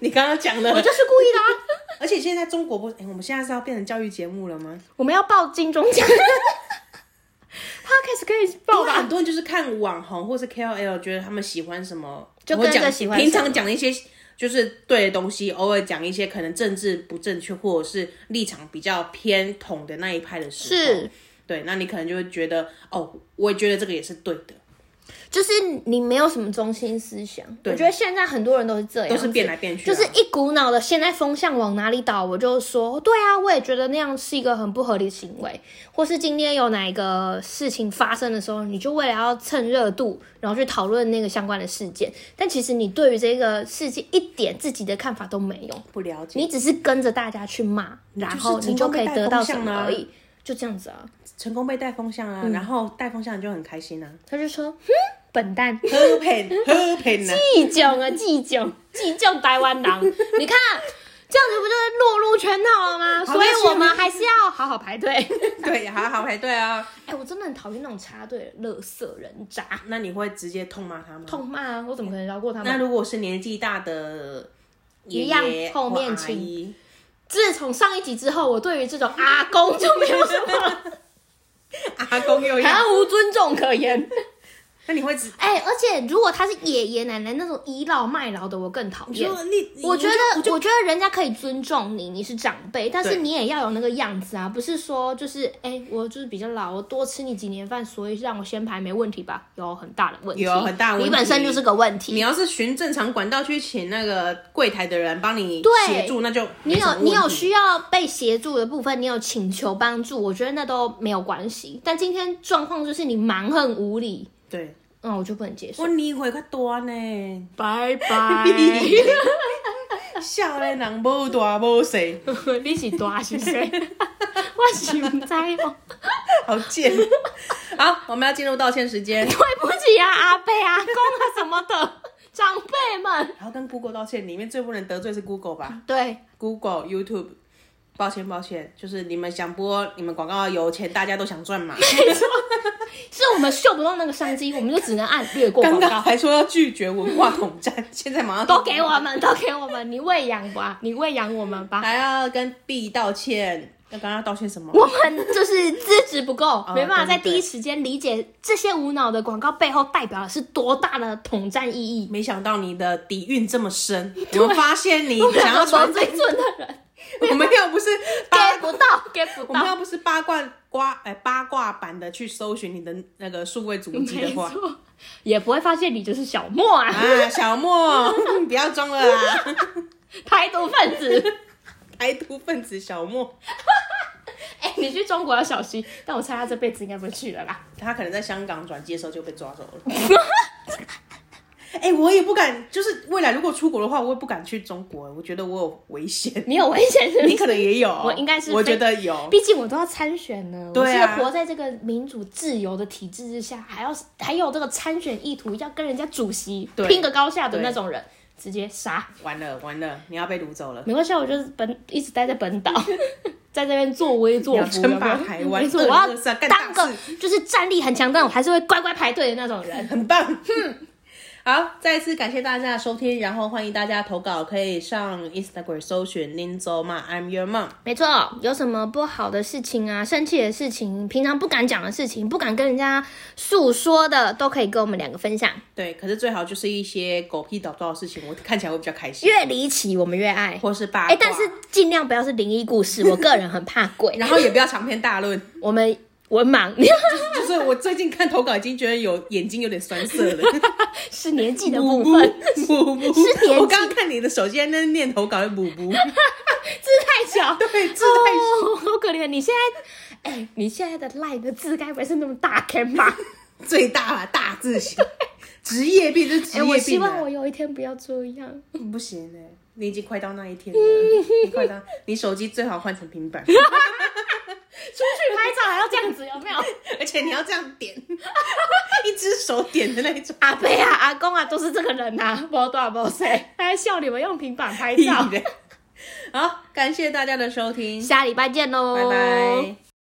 [SPEAKER 1] 你刚刚讲的，
[SPEAKER 2] 我就是故意的、啊。
[SPEAKER 1] 而且现在中国不，哎、我们现在是要变成教育节目了吗？
[SPEAKER 2] 我们要报金钟 奖，Podcast 可以
[SPEAKER 1] 因
[SPEAKER 2] 报
[SPEAKER 1] 为很
[SPEAKER 2] 吧？
[SPEAKER 1] 多人就是看网红或是 KOL，觉得他们喜欢什么，
[SPEAKER 2] 就
[SPEAKER 1] 我
[SPEAKER 2] 跟着
[SPEAKER 1] 讲
[SPEAKER 2] 喜欢
[SPEAKER 1] 平
[SPEAKER 2] 什么
[SPEAKER 1] 常讲一些就是对的东西，偶尔讲一些可能政治不正确或者是立场比较偏统的那一派的时候，
[SPEAKER 2] 是，
[SPEAKER 1] 对，那你可能就会觉得哦，我也觉得这个也是对的，
[SPEAKER 2] 就是你没有什么中心思想。我
[SPEAKER 1] 对
[SPEAKER 2] 觉得现在很多人都是这样，
[SPEAKER 1] 都是变来变去啊、
[SPEAKER 2] 就是一股脑的，现在风向往哪里倒，我就说，对啊，我也觉得那样是一个很不合理的行为。或是今天有哪一个事情发生的时候，你就为了要蹭热度，然后去讨论那个相关的事件，但其实你对于这个事件一点自己的看法都没有，
[SPEAKER 1] 不了解，
[SPEAKER 2] 你只是跟着大家去骂，然后你就可以得到什么而已，就这样子啊。
[SPEAKER 1] 成功被带风向
[SPEAKER 2] 嗯
[SPEAKER 1] 啊，然后带风向你就很开心啊，
[SPEAKER 2] 他就说，哼，本蛋。
[SPEAKER 1] 喝盆喝盆呢，
[SPEAKER 2] 计较啊，计较，计较台湾狼。 你看，这样子不就是落入圈套了吗？
[SPEAKER 1] 好
[SPEAKER 2] 所以
[SPEAKER 1] 那
[SPEAKER 2] 我们
[SPEAKER 1] 下面
[SPEAKER 2] 还是要好好排 队。哎、
[SPEAKER 1] 对，好好排队啊，
[SPEAKER 2] 我真的很讨厌那种插队的垃圾人渣，
[SPEAKER 1] 那你会直接痛骂他吗？
[SPEAKER 2] 痛骂啊！我怎么可能饶过他
[SPEAKER 1] 那
[SPEAKER 2] 们？
[SPEAKER 1] 如果是年纪大的爷
[SPEAKER 2] 一样
[SPEAKER 1] 爷
[SPEAKER 2] 后
[SPEAKER 1] 或
[SPEAKER 2] 面
[SPEAKER 1] 阿
[SPEAKER 2] 请
[SPEAKER 1] 姨，
[SPEAKER 2] 自从上一集之后，我对于这种阿公就没有什么
[SPEAKER 1] 阿公又一样
[SPEAKER 2] 含，无尊重可言。
[SPEAKER 1] 那你会只
[SPEAKER 2] 哎、而且如果他是爷爷奶奶那种倚老卖老的，我更讨
[SPEAKER 1] 你
[SPEAKER 2] 厌。
[SPEAKER 1] 说你，
[SPEAKER 2] 我觉
[SPEAKER 1] 我
[SPEAKER 2] 得，
[SPEAKER 1] 就
[SPEAKER 2] 我觉得人家可以尊重你，你是长辈，但是
[SPEAKER 1] 对
[SPEAKER 2] 你也要有那个样子啊，不是说就是哎、我就是比较老，我多吃你几年饭，所以让我先排没问题吧？有很大的问题，
[SPEAKER 1] 有很大的问题
[SPEAKER 2] 你本身就是个问
[SPEAKER 1] 你
[SPEAKER 2] 题。
[SPEAKER 1] 要是循正常管道去请那个柜台的人帮你
[SPEAKER 2] 对
[SPEAKER 1] 协助，那就
[SPEAKER 2] 你
[SPEAKER 1] 没什么
[SPEAKER 2] 有
[SPEAKER 1] 问题
[SPEAKER 2] 你有需要被协助的部分，你有请求帮助，我觉得那都没有关系。但今天状况就是你蛮横无理，
[SPEAKER 1] 对，
[SPEAKER 2] 嗯，我就不能接受
[SPEAKER 1] 我。你会较大 呢，
[SPEAKER 2] 拜拜
[SPEAKER 1] 少年人无大无小，
[SPEAKER 2] 你是大是谁？我是不知哦。
[SPEAKER 1] 好贱。 好，我们要进入道歉时间，
[SPEAKER 2] 对不起啊，阿伯、阿公啊什么的，长辈们。
[SPEAKER 1] 然后跟 Google 道歉，里面最不能得罪是 Google 吧
[SPEAKER 2] 对，
[SPEAKER 1] ？Google、YouTube，抱歉抱歉，就是你们想播你们广告有钱，大家都想 赚嘛。
[SPEAKER 3] 是我们嗅不到那个商机，我们就只能按略过
[SPEAKER 1] 刚
[SPEAKER 3] 广
[SPEAKER 1] 刚
[SPEAKER 3] 告。
[SPEAKER 1] 还说要拒绝文化统战，现在马上
[SPEAKER 3] 都给我们，都给我们，你喂养吧，你喂养我们吧。
[SPEAKER 1] 还要跟 B 道歉，要跟他道歉什么？
[SPEAKER 3] 我们就是资质 不够，没办法在
[SPEAKER 1] 对对
[SPEAKER 3] 第一时间理解这些无脑的广告背后代表的是多大的统战意 义。
[SPEAKER 1] 没想到你的底蕴这么 深，我们发现你想要
[SPEAKER 3] 找
[SPEAKER 1] 传
[SPEAKER 3] 最准的 人，
[SPEAKER 1] 我们要不是八
[SPEAKER 3] 给不到，给不
[SPEAKER 1] 我们要
[SPEAKER 3] 到，
[SPEAKER 1] 不是八卦瓜哎八卦版的去搜寻你的那个数位足迹的
[SPEAKER 3] 没
[SPEAKER 1] 话，
[SPEAKER 3] 错，也不会发现你就是小莫啊，
[SPEAKER 1] 啊，小莫， 不要装了啦，
[SPEAKER 3] 台独分子。
[SPEAKER 1] 台独分子小莫，
[SPEAKER 3] 哎、你去中国要小心，但我猜他这辈子应该不会去了啦。
[SPEAKER 1] 他可能在香港转机的时候就被抓走了。哎、我也不敢，就是未来如果出国的话，我也不敢去中国，我觉得我有危险。
[SPEAKER 3] 你有危险是不是
[SPEAKER 1] 你可能也有，
[SPEAKER 3] 我应该是
[SPEAKER 1] 我
[SPEAKER 3] 非
[SPEAKER 1] 觉得有。
[SPEAKER 3] 毕竟我都要参选呢，
[SPEAKER 1] 对啊
[SPEAKER 3] 我是活在这个民主自由的体制之下，还要还有这个参选意图，要跟人家主席
[SPEAKER 1] 对
[SPEAKER 3] 拼个高下的那种人，直接杀。
[SPEAKER 1] 完了完了，你要被掳走了。
[SPEAKER 3] 没关系啊，我就是本一直待在 本岛，在这边作威作
[SPEAKER 1] 要
[SPEAKER 3] 福，
[SPEAKER 1] 称霸
[SPEAKER 3] 有没有
[SPEAKER 1] 台湾
[SPEAKER 3] 没错，我
[SPEAKER 1] 二零二
[SPEAKER 3] 要
[SPEAKER 1] 三干
[SPEAKER 3] 当
[SPEAKER 1] 大
[SPEAKER 3] 个
[SPEAKER 1] 事
[SPEAKER 3] 就是战力很强，但我还是会乖乖排队的那种人。
[SPEAKER 1] 很 棒。好，再次感谢大家的收听，然后欢迎大家投稿，可以上 Instagram 搜寻 Ninzo 嘛，I'm your mom。
[SPEAKER 2] 没错，有什么不好的事情啊，生气的事情，平常不敢讲的事情，不敢跟人家诉说的，都可以跟我们两个分享。
[SPEAKER 1] 对，可是最好就是一些狗屁倒灶的事情，我看起来会比较开心，
[SPEAKER 2] 越离奇，我们越爱。
[SPEAKER 1] 或是八卦。
[SPEAKER 2] 哎、但是尽量不要是灵异故事，我个人很怕鬼。
[SPEAKER 1] 然后也不要长篇大论，
[SPEAKER 2] 我们文盲，
[SPEAKER 1] 就是我最近看投稿已经觉得有眼睛有点酸涩了，
[SPEAKER 3] 是年纪的
[SPEAKER 1] 补
[SPEAKER 3] 部
[SPEAKER 1] 补
[SPEAKER 3] 分，
[SPEAKER 1] 补补，
[SPEAKER 2] 是年纪
[SPEAKER 1] 我刚刚看你的手机在那念投稿，补补，
[SPEAKER 3] 字太小，
[SPEAKER 1] 对，字太小
[SPEAKER 3] 哦，好可怜！你现在，哎、你现在的赖的字该不会是那么大坑吧？
[SPEAKER 1] 最大了大字型，职业病是职
[SPEAKER 3] 哎、我
[SPEAKER 1] 业
[SPEAKER 3] 希
[SPEAKER 1] 病、啊
[SPEAKER 3] 望我有一天不要这样。
[SPEAKER 1] 不行哎、你已经快到那一天了，你快到，你手机最好换成平板，
[SPEAKER 3] 出去拍照还要这样子，有没有？
[SPEAKER 1] 而且你要这样点， 一只手点的那一种。
[SPEAKER 3] 阿伯啊、阿公啊，都是这个人呐、啊，不大不谁，他还笑你们用平板拍
[SPEAKER 1] 屁
[SPEAKER 3] 照。
[SPEAKER 1] 嘞好，感谢大家的收听，
[SPEAKER 2] 下礼拜见喽，
[SPEAKER 1] 拜拜。